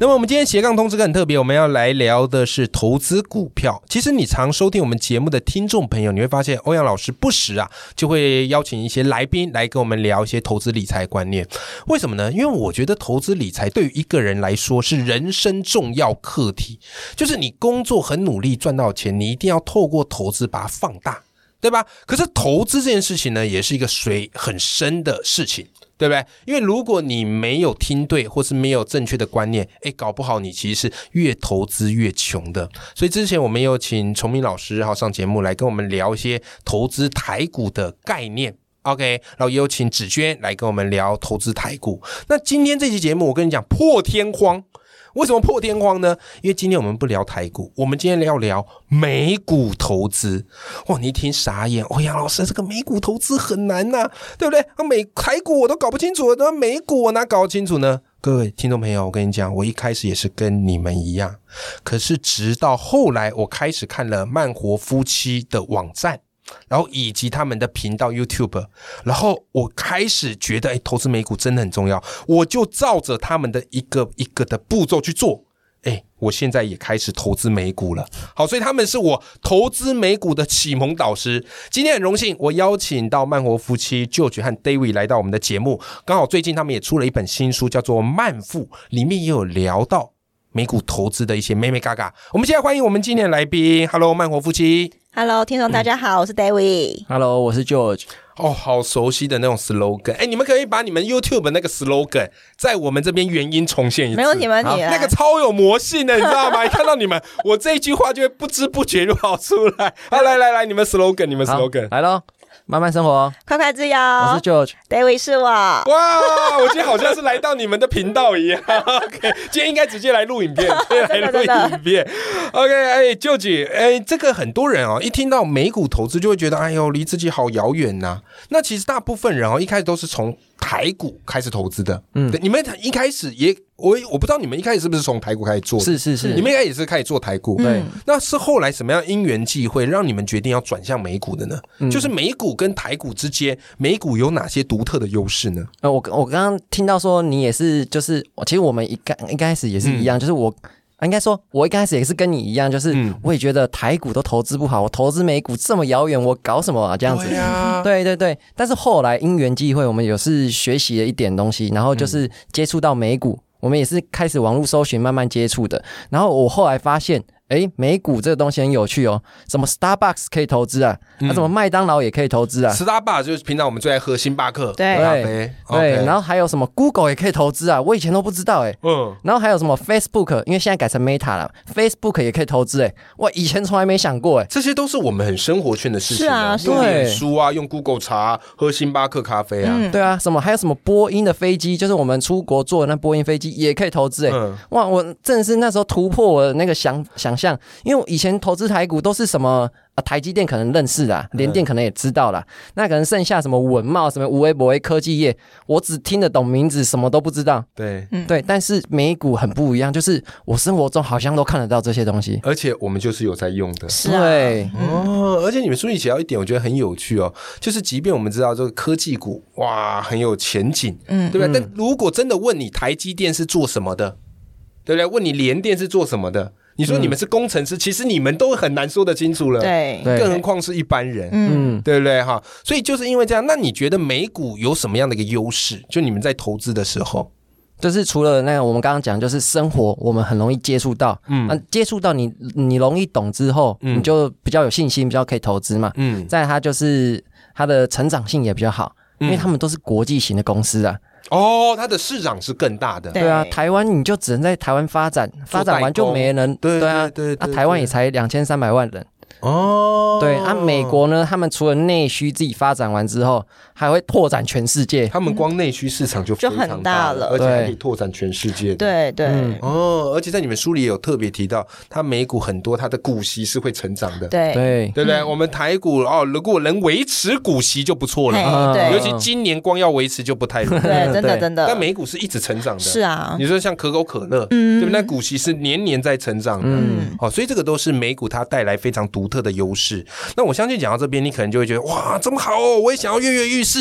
那么我们今天斜杠通知课很特别，我们要来聊的是投资股票。其实你常收听我们节目的听众朋友，你会发现欧阳老师不时啊就会邀请一些来宾来跟我们聊一些投资理财观念。为什么呢？因为我觉得投资理财对于一个人来说是人生重要课题，就是你工作很努力赚到钱，你一定要透过投资把它放大。对吧？可是投资这件事情呢，也是一个水很深的事情，对不对？因为如果你没有听对，或是没有正确的观念，诶，搞不好你其实是越投资越穷的。所以之前我们有请崇明老师哈上节目来跟我们聊一些投资台股的概念。OK，然后也有请子轩来跟我们聊投资台股。那今天这期节目，我跟你讲破天荒，为什么破天荒呢？因为今天我们不聊台股，我们今天要聊美股投资。哇，你一听傻眼，欧、阳老师这个美股投资很难呐、对不对？啊，美台股我都搞不清楚，那美股我哪搞清楚呢？各位听众朋友，我跟你讲，我一开始也是跟你们一样，可是直到后来，我开始看了慢活夫妻的网站。然后以及他们的频道 YouTube，然后我开始觉得，哎，投资美股真的很重要，我就照着他们的一个一个的步骤去做。哎，我现在也开始投资美股了。好，所以他们是我投资美股的启蒙导师。今天很荣幸，我邀请到曼活夫妻 George 和 David 来到我们的节目。刚好最近他们也出了一本新书，叫做《慢富》，里面也有聊到美股投资的一些妹妹嘎嘎。我们现在欢迎我们今天的来宾，Hello，曼活夫妻。 Hello，听众大家好，我是 David。 Hello，我是 George。哦，好熟悉的那种 slogan，哎、你们可以把你们 YouTube 那个 slogan 在我们这边原音重现一次，没问题，没啊问题。那个超有魔性的，你知道吗？一 看到你们，我这一句话就会不知不觉就跑出来。好，来来来，你们 slogan，你们好 slogan。来喽，慢慢生活。快快之我遥是 George。 ，David 是我。哇，我今天好像是来到你们的频道一样。OK，今天应该直接来录 影片，直接来录真的影 片。OK，哎、舅姐，哎、这个很多人哦，一听到美股投资就会觉得，哎呦，离自己好遥远呐、那其实大部分人哦，一开始都是从台股开始投资的。嗯，你们一开始也，我我不知道你们一开始是不是从台股开始做的，是是是，嗯你们应该也是开始做台股。对，那是后来什么样因缘际会让你们决定要转向美股的呢？嗯就是美股跟台股之间，美股有哪些独特的优势呢？呃，我我刚刚听到说你也是，就是我其实我们一刚一开始也是一样，就是我。啊应该说，我一开始也是跟你一样，就是嗯我也觉得台股都投资不好，我投资美股这么遥远，我搞什么啊？这样子，对呀对对对。但是后来因缘际会，我们有是学习了一点东西，然后嗯就是接触到美股，我们也是开始网络搜寻，慢慢接触的。然后我后来发现，诶，美股这个东西很有趣哦，什么 Starbucks 可以投资啊，啊，什么麦当劳也可以投资啊，斯大爸嗯就是平常我们最爱喝星巴克对咖啡，对 OK 然后还有什么 Google 也可以投资啊，我以前都不知道诶。嗯，然后还有什么 Facebook，因为现在改成 Meta 了，Facebook 也可以投资诶，我以前从来没想过诶。这些都是我们很生活圈的事情、是啊用对脸书啊，用 Google 查、喝星巴克咖啡啊，对啊，什么还有什么波音的飞机，就是我们出国坐的那波音飞机也可以投资诶。嗯哇，我真的是那时候突破我的那个想想象，因为我以前投资台股都是什么、啊、台积电可能认识啦，嗯联电可能也知道啦，那可能剩下什么文茂、什么无微博微科技业，我只听得懂名字，什么都不知道。对。嗯对，嗯但是美股很不一样，就是我生活中好像都看得到这些东西。而且我们就是有在用的，是啊，对，哦，而且你们书里写到一点，我觉得很有趣哦，就是即便我们知道这个科技股哇很有前景，嗯，对不对？但如果真的问你台积电是做什么的，对不对？问你联电是做什么的，你说你们是工程师，其实你们都很难说得清楚了，，对，对更何况是一般人，嗯，对不对哈？所以就是因为这样，那你觉得美股有什么样的一个优势？就你们在投资的时候，就是除了那个我们刚刚讲，就是生活我们很容易接触到，嗯，接触到你你容易懂之后，嗯你就比较有信心，比较可以投资嘛。嗯，再来它就是它的成长性也比较好，因为他们都是国际型的公司啊。哦，它的市场是更大的，对对啊，台湾你就只能在台湾发展，发展完就没人。对啊，对对对啊，台湾也才两千三百万人，哦，对啊，美国呢，他们除了内需自己发展完之后，还会拓展全世界。他们光内需市场就就非常很大大了而且还可以对拓展全世界。。对对，嗯哦，而且在你们书里也有特别提到，它美股很多它的股息是会成长的，对，嗯对，对不对？我们台股哦，如果能维持股息就不错嘿了，嗯尤对其今年光要维持就不太容易。对，真的对真的但，美股是一直成长的，是啊，你说像可口可乐，嗯对不对？那股息是年年在成长的。嗯，哦，所以这个都是美股它带来非常独特的优势。那我相信讲到这边，你可能就会觉得哇，这么好哦，我也想要跃跃欲试。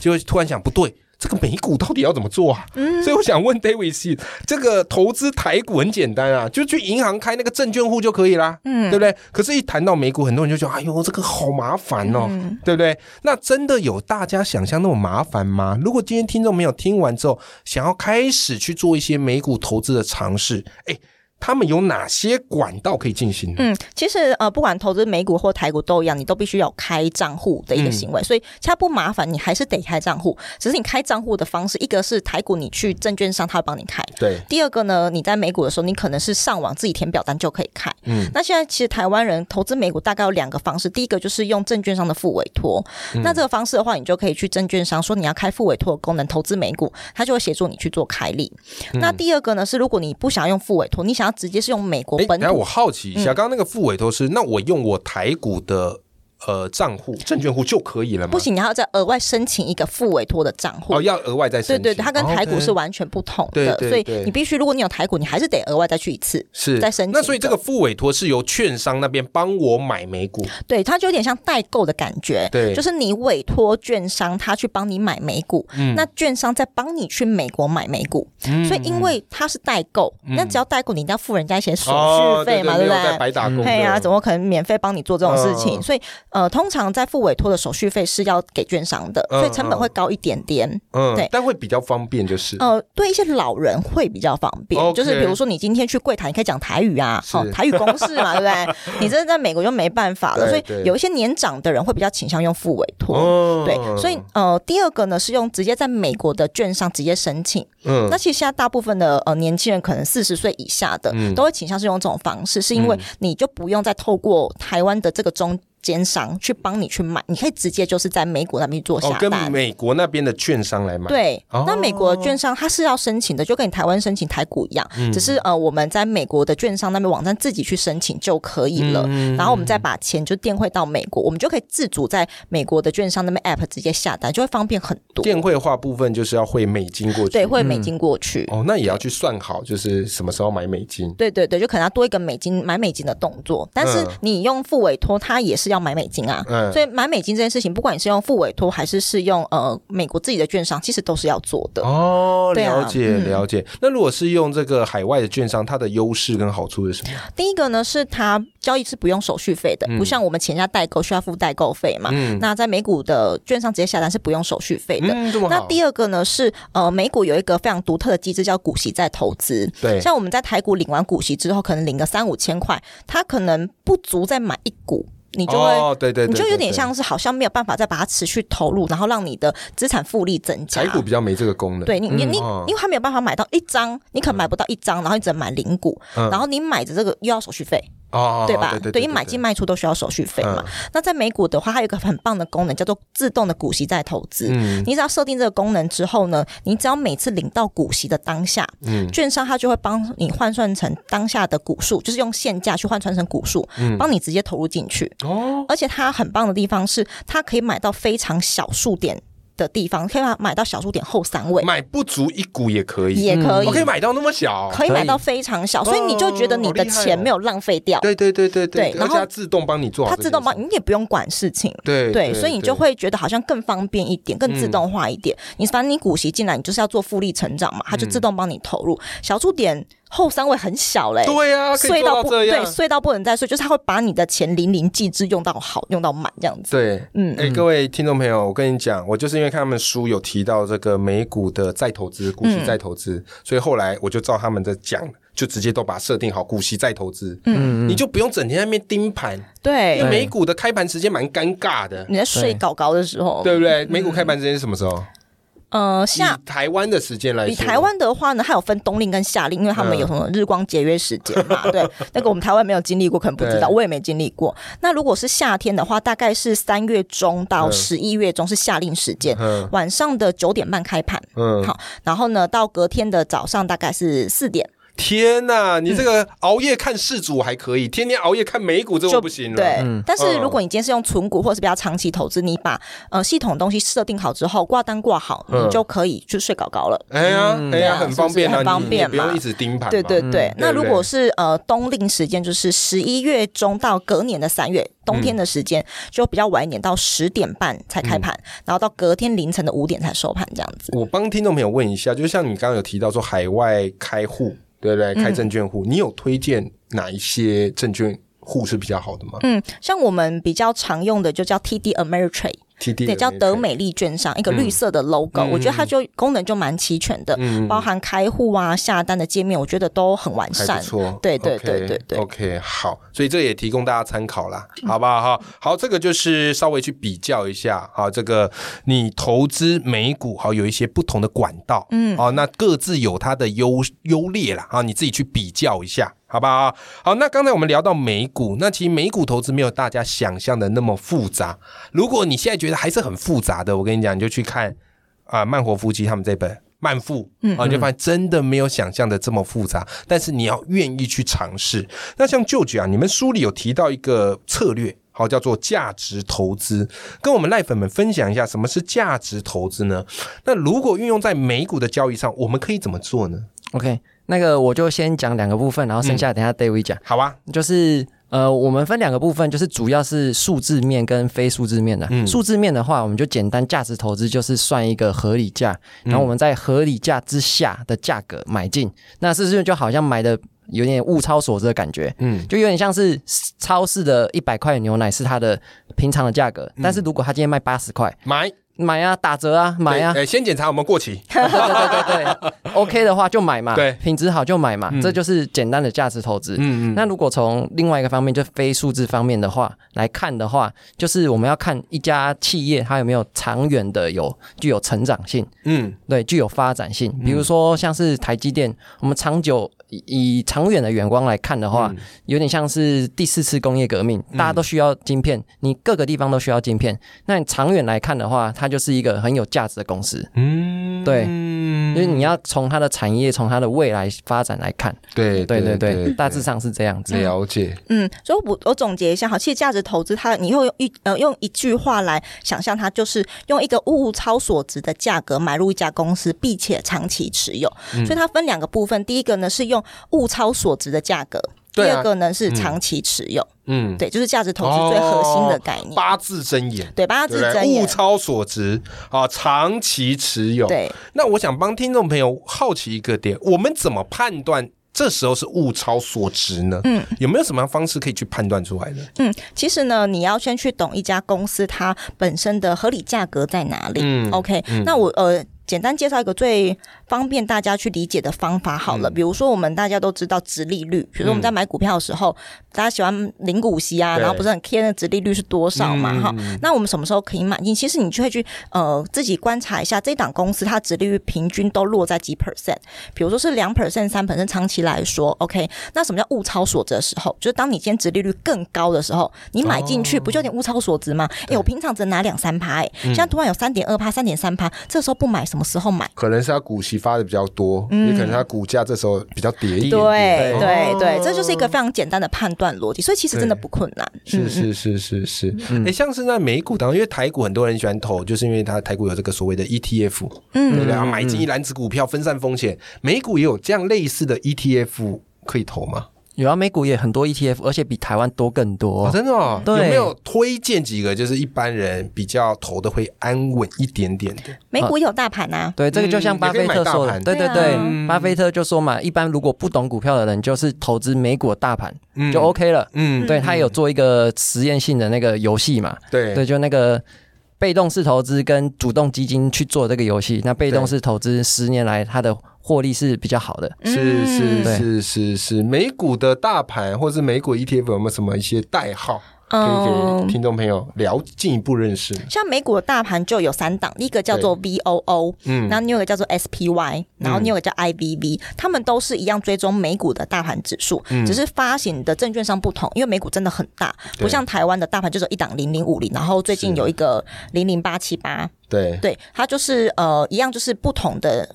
就会突然想，不对，这个美股到底要怎么做啊？所以我想问 David 是这个投资台股很简单啊，就去银行开那个证券户就可以啦，嗯，对不对？可是，一谈到美股，很多人就觉得哎呦，这个好麻烦哦，对不对？那真的有大家想象那么麻烦吗？如果今天听众没有听完之后，想要开始去做一些美股投资的尝试，哎。他们有哪些管道可以进行呢？嗯，其实呃，不管投资美股或台股都一样，你都必须要有开账户的一个行为，所以其实它不麻烦，你还是得开账户。只是你开账户的方式，一个是台股你去证券商，他会帮你开；对，第二个呢，你在美股的时候，你可能是上网自己填表单就可以开。嗯嗯，那现在其实台湾人投资美股大概有两个方式，第一个就是用证券商的副委托，嗯那这个方式的话，你就可以去证券商说你要开副委托的功能投资美股，他就会协助你去做开立。嗯那第二个呢是，如果你不想要用副委托，你想要直接是用美国哎，本等下土嗯我好奇一下，刚刚那个副委托是，那我用我台股的呃账户、证券户就可以了吗？嗯不，行，你还要再额外申请一个副委托的账户。哦，要额外再申对请。哦对对，它跟台股是 OK 完全不同对的，对所对以你必须，如果你有台股，你还是得额外再去一次。是再申请那所以这个副委托是由券商那边帮我买美股，对，它就有点像代购的感觉，对就是你委托券商，他去帮你买美股，嗯那券商再帮你去美国买美股，所以因为它是代购，那只要代购，你一定要付人家一些手续费嗯嘛，哦对对没不有在对？嗯白打工的。对呀、怎么可能免费帮你做这种事情？嗯所以，呃，通常在付委托的手续费是要给券商的，所以成本会高一点点。嗯对但会比较方便，就是呃，对一些老人会比较方便 OK 就是比如说你今天去柜台，你可以讲台语啊，是哦，台语公式嘛，对不对？你真的在美国就没办法了，对所对以有一些年长的人会比较倾向用副委托。哦对，所以呃，第二个呢是用直接在美国的券商直接申请。嗯那其实现在大部分的呃年轻人，可能四十岁以下的，嗯都会倾向是用这种方式，是因为你就不用再透过台湾的这个中间商去帮你去买，你可以直接就是在美国那边做哦下，单。跟美国那边的券商来买，，对，哦那美国的券商它是要申请的，就跟你台湾申请台股一样，嗯只是呃我们在美国的券商那边网站自己去申请就可以了，嗯然后我们再把钱就电汇到美国，我们就可以自主在美国的券商那边 app 直接下单，就会方便很多。电汇化部分就是要汇美金过去，对，会美金过去。哦，那也要去算好，就是什么时候买美金。对对对，就可能要多一个美金买美金的动作，但是嗯你用付委托，它也是要买美金啊。嗯所以买美金这件事情，不管你是用付委托还是是用呃美国自己的券商，其实都是要做的。哦，对啊了解了解。那如果是用这个海外的券商，它的优势跟好处是什么？第一个呢是它交易是不用手续费嗯的，不像我们前家代购需要付代购费嘛。那在美股的券商直接下单是不用手续费的。嗯，这么那好。第二个呢是呃，美股有一个非常独特的机制叫股息再投资。对像我们在台股领完股息之后，可能领个三五千块，它可能不足再买一股，你就会。哦，对对对，你就对有点对像是好像没有办法再把它持续投入，然后让你的资产复利增加。台股比较没这个功能。对你，你你哦，因为他没有办法买到一张，你可能买不到一张，然后你只能买零股，嗯然后你买的这个又要手续费，哦，对吧？对你买进卖出都需要手续费嘛。嗯那在美股的话，它有一个很棒的功能，叫做自动的股息再投资。嗯你只要设定这个功能之后呢，你只要每次领到股息的当下，嗯券商它就会帮你换算成当下的股数，就是用现价去换算成股数，帮你直接投入进去。嗯哦，而且它很棒的地方是，它可以买到非常小数点的地方，可以买到小数点后三位，买不足一股也可以，也可嗯以我可以买到那么小，可以可买以到非常小，所以你就觉得哦你好的厉害钱哦没有浪费掉，对对对对对而然且后它自动帮你做好它这件自事，动帮你也不用管事情。对嗯对，所以你就会觉得好像更方便一点，更自动化一点。你反正你股息进来，你就是要做复利成长嘛，它嗯就自动帮你投入。小数点后三位很小嘞、对啊，可以碎做到不这对，样。碎到不能再碎，就是它会把你的钱淋漓尽致，用到好，用到满这样子。对，嗯嗯，哎、各位听众朋友，我跟你讲，我就是因为看他们书有提到这个美股的再投资、股嗯息再投资，所以后来我就照他们的讲，就直接都把它设定好股息再投资，嗯，你就不用整天在那边盯盘，因为对，美股的开盘时间蛮尴尬的，你在睡对搞搞的时候，对不对？美股开盘时间是什么时候？呃，以夏台湾的时间来说，以台湾的话呢，它有分冬令跟夏令，因为他们有什么日光节约时间 嘛。对，那个我们台湾没有经历过，可能不知道，对我也没经历过。那如果是夏天的话，大概是三月中到嗯十一月中是夏令时间，嗯晚上的九点半开盘，嗯，好然后呢到隔天的早上大概是四点。天呐，嗯你这个熬夜看世足还可以，天天熬夜看美股这就我不行了。对，嗯但是嗯如果你今天是用存股或者是比较长期投资，你把呃系统东西设定好之后，挂单挂好，嗯你就可以去睡搞搞了。哎呀，哎呀，嗯很方便啊，你是不是很方便你不用嘛一直盯盘嘛。对对对，那嗯对不如对果是呃冬令时间，就是十一月中到隔年的三月，冬天的时间、就比较晚一点，到十点半才开嗯盘，然后到隔天凌晨的五点才收盘，这样子。我帮听众朋友问一下，就像你刚刚有提到说海外开户，对不对？嗯开证券户，你有推荐哪一些证券户是比较好的吗嗯，像我们比较常用的就叫 TD Ameritrade， ？T D 对，叫德，美利券商，一个绿色的 logo，、我觉得它就功能就蛮齐全的，嗯，包含开户啊、下单的界面，我觉得都很完还善不。错，对对 OK，对对对 OK，好，所以这也提供大家参考啦，好不好？哈，好，这个就是稍微去比较一下，好，这个你投资美股，好，有一些不同的管道，嗯，好，那各自有它的优优劣啦，啊，你自己去比较一下。好不好？好，那刚才我们聊到美股，那其实美股投资没有大家想象的那么复杂。如果你现在觉得还是很复杂的，我跟你讲，你就去看啊，曼活夫妻他们这本《慢富》，啊，你就发现真的没有想象的这么复杂，但是你要愿意去尝试。那像舅舅啊，你们书里有提到一个策略，好叫做价值投资，跟我们赖粉们分享一下什么是价值投资呢？那如果运用在美股的交易上，我们可以怎么做呢？ OK，那个我就先讲两个部分，然后剩嗯下等一下 David 讲。好啊，就是呃，我们分两个部分，就是主要是数字面跟非数字面的。嗯数字面的话，我们就简单价值投资，就是算一个合理价，嗯然后我们在合理价之下的价格买进，那是不是就好像买的有点物超所值的感觉？嗯就有点像是超市的一百块的牛奶是它的平常的价格，嗯但是如果它今天卖八十块，买买啊，打折啊，买啊对，呃先检查有没有过 期，对对对对对，OK 的话就买嘛，对品质好就买嘛嗯，这就是简单的价值投资。嗯那如果从另外一个方面，就非数字方面的话来看的话，就是我们要看一家企业它有没有长远的有具有成长性，嗯对，具有发展性。比如说像是台积电，我们长久以以长远的眼光来看的话，有点像是第四次工业革命，大家都需要晶片，你各个地方都需要晶片。那你长远来看的话，它就是一个很有价值的公司。嗯对嗯就是你要从它的产业、从它的未来发展来看，对对对对，大致上是这样子。了解，嗯，所以我我总结一下哈，其实价值投资它，你用一呃用一句话来想象它，就是用一个物超所值的价格买入一家公司，并且长期持有。嗯所以它分两个部分，第一个呢是用物超所值的价格，第对啊二个呢是长期持有。嗯，哦对，就是价值投资最核心的概念。八字真言。对，八对字不对真物言。超所值啊，长期持有。对，那我想帮听众朋友好奇一个点，我们怎么判断这时候是物超所值呢？嗯，有没有什么样方式可以去判断出来的？嗯，其实呢，你要先去懂一家公司它本身的合理价格在哪里。嗯 OK，、那我呃。简单介绍一个最方便大家去理解的方法好嗯了，比如说我们大家都知道直利率，比如说我们在买股票的时候，大家喜欢零股息啊，对嗯然后不是很 care 那直利率是多少嘛？哈、那我们什么时候可以买进？其实你就会去呃自己观察一下这档公司它直利率平均都落在几 percent，比如说是两 percent、三 percent，长期来说，OK，那什么叫物超所值的时候？就是当你今天值利率更高的时候，你买进去不就有点物超所值吗？哎、我平常只拿两三趴，哎、嗯现在突然有三点二趴、三点三趴，这时候不买，什么时候买？可能是它股息发的比较多，也可能它股价这时候比较跌一点。对嗯对对对哦，这就是一个非常简单的判断逻辑，所以其实真的不困难。是是是是是，哎、像是在美股当中，因为台股很多人喜欢投，就是因为它台股有这个所谓的 ETF，嗯，对不对？然后买进一篮子股票分散风险，美股也有这样类似的 ETF 可以投吗？有啊，美股也很多 ETF，而且比台湾多更多。哦，真的哦，对有没有推荐几个就是一般人比较投的会安稳一点点的？美股也有大盘啊，对，这个就像嗯巴菲特也可以买说大的，盘对对对啊对，巴菲特就说嘛，一般如果不懂股票的人，就是投资美股的大盘就 OK 了。嗯，对他也有做一个实验性的那个游戏嘛，对对，就那个呃被动式投资跟主动基金去做这个游戏。那被动对式投资十年来它的获利是比较好的。是是对是是是，美股的大盘或是美股 ETF 有没有什么一些代号？可以嗯给，听众朋友了进一步认识？像美股的大盘就有三档，一个叫做 VOO，嗯然后你有个叫做 SPY，然后你有个叫 IVV，他们都是一样追踪美股的大盘指数，只是发行的证券商不同，因为美股真的很大，嗯对不像台湾的大盘就是一档零零五零，然后最近是有一个零零八七八，对对，它就是呃一样就是不同的。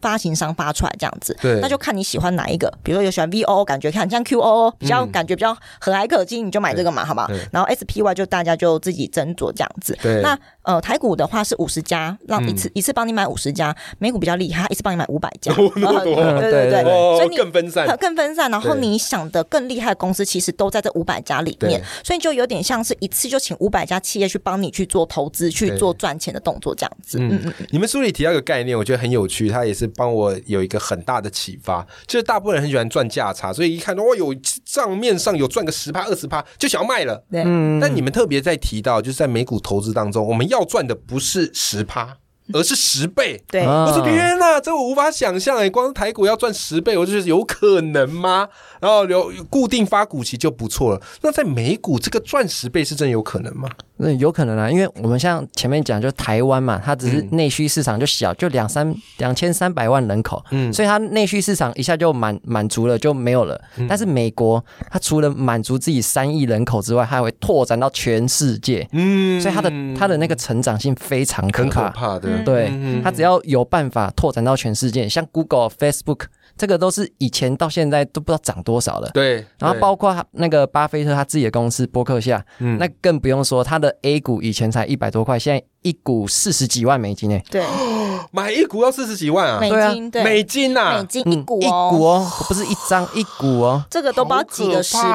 发行商发出来这样子，对那就看你喜欢哪一个。比如说有喜欢 VOO，感觉看像 QOO 比较感觉比较和蔼可亲，你就买这个嘛，好不好对？然后 SPY 就大家就自己斟酌这样子。对那呃台股的话是五十家，让一次、一次帮你买五十家，美股比较厉害，一次帮你买五百家，哦那么多 呃对对对对，哦所以你更分散更 更分散，然后对你想的更厉害的公司其实都在这五百家里面对，所以就有点像是一次就请五百家企业去帮你去做投资、去对做赚钱的动作这样子。嗯嗯，你们书里提到一个概念，我觉得很有趣，它也是帮我有一个很大的启发。就是大部分人很喜欢赚价差，所以一看到哦有账面上有赚个十趴二十趴，就想要卖了。对，但你们特别在提到，就是在美股投资当中，我们要赚的不是十趴，而是十倍。对。啊我说天呐，这我无法想象哎，光是台股要赚十倍，我就觉得有可能吗？然后留固定发股息就不错了。那在美股这个赚十倍是真有可能吗？那有可能啊，因为我们像前面讲，就台湾嘛，它只是内需市场就小，就两三两千三百万人口，嗯所以它内需市场一下就满满足了，就没有了。但是美国，它除了满足自己三亿人口之外，它还会拓展到全世界，嗯所以它的它的那个成长性非常可很可怕。怕的。嗯对嗯，它只要有办法拓展到全世界，像 Google、Facebook，这个都是以前到现在都不知道涨多少了。对，然后包括那个巴菲特他自己的公司伯克夏，嗯那更不用说他的 A 股以前才一百多块，现在一股四十几万美金诶、对，买一股要四十几万啊，美啊对啊金对美金呐、美啊。金一股一哦，股哦，不是一张一股哦，这个都不知道几个十倍去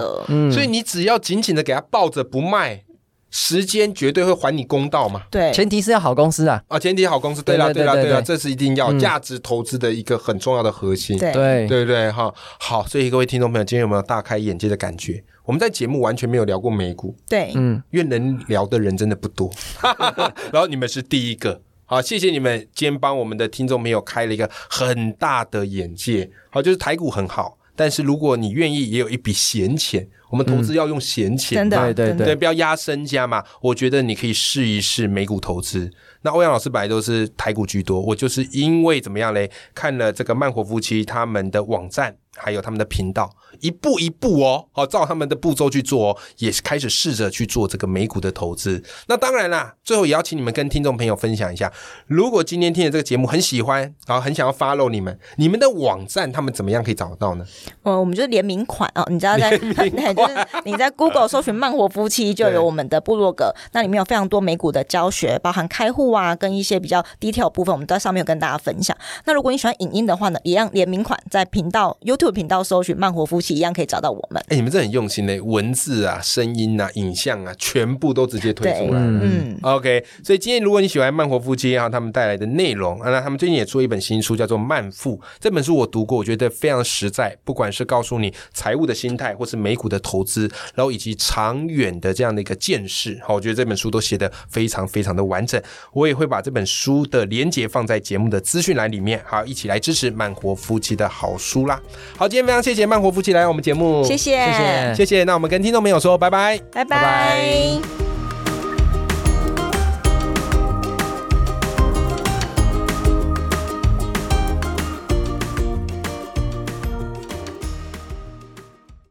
了。嗯，所以你只要紧紧的给它抱着不卖，时间绝对会还你公道嘛。对，前提是要好公司啊，啊，前提好公司，对啦，对对啦，对对啦，对这是一定要嗯价值投资的一个很重要的核心。对对，对不对哈？好，所以各位听众朋友，今天有没有大开眼界的感觉？我们在节目完全没有聊过美股，对，嗯，因为能聊的人真的不多， 然后你们是第一个。好，谢谢你们今天帮我们的听众朋友开了一个很大的眼界。好，就是台股很好，但是如果你愿意，也有一笔闲钱，我们投资要用闲钱、真的，对对真的对，不要压身家嘛。我觉得你可以试一试美股投资。那欧阳老师本来都是台股居多，我就是因为怎么样嘞？看了这个慢活夫妻他们的网站，还有他们的频道，一步一步哦，好照他们的步骤去做哦，也是开始试着去做这个美股的投资。那当然啦，最后也要请你们跟听众朋友分享一下，如果今天听的这个节目很喜欢，然后很想要 follow 你们，你们的网站他们怎么样可以找得到呢？呃，我们就是联名款哦，你知道在， 对，就是你在 Google 搜寻“慢活夫妻”就有我们的部落格，那里面有非常多美股的教学，包含开户啊，跟一些比较 detail 的部分，我们都在上面有跟大家分享。那如果你喜欢影音的话呢，一样联名款在频道 YouTube 频道搜寻“慢活夫妻”，一样可以找到我们。哎、你们这很用心嘞，文字啊、声音啊、影像啊，全部都直接推出来。嗯， OK，所以今天如果你喜欢慢活夫妻啊，他们带来的内容，啊那他们最近也出一本新书，叫做《慢富》。这本书我读过，我觉得非常实在，不管是告诉你财务的心态，或是美股的投资，然后以及长远的这样的一个见识，好，我觉得这本书都写得非常非常的完整。我也会把这本书的连接放在节目的资讯栏里面，好，一起来支持慢活夫妻的好书啦。好，今天非常谢谢慢活夫妻来我们节目，谢谢，谢谢谢谢。那我们跟听众朋友说拜拜。拜拜拜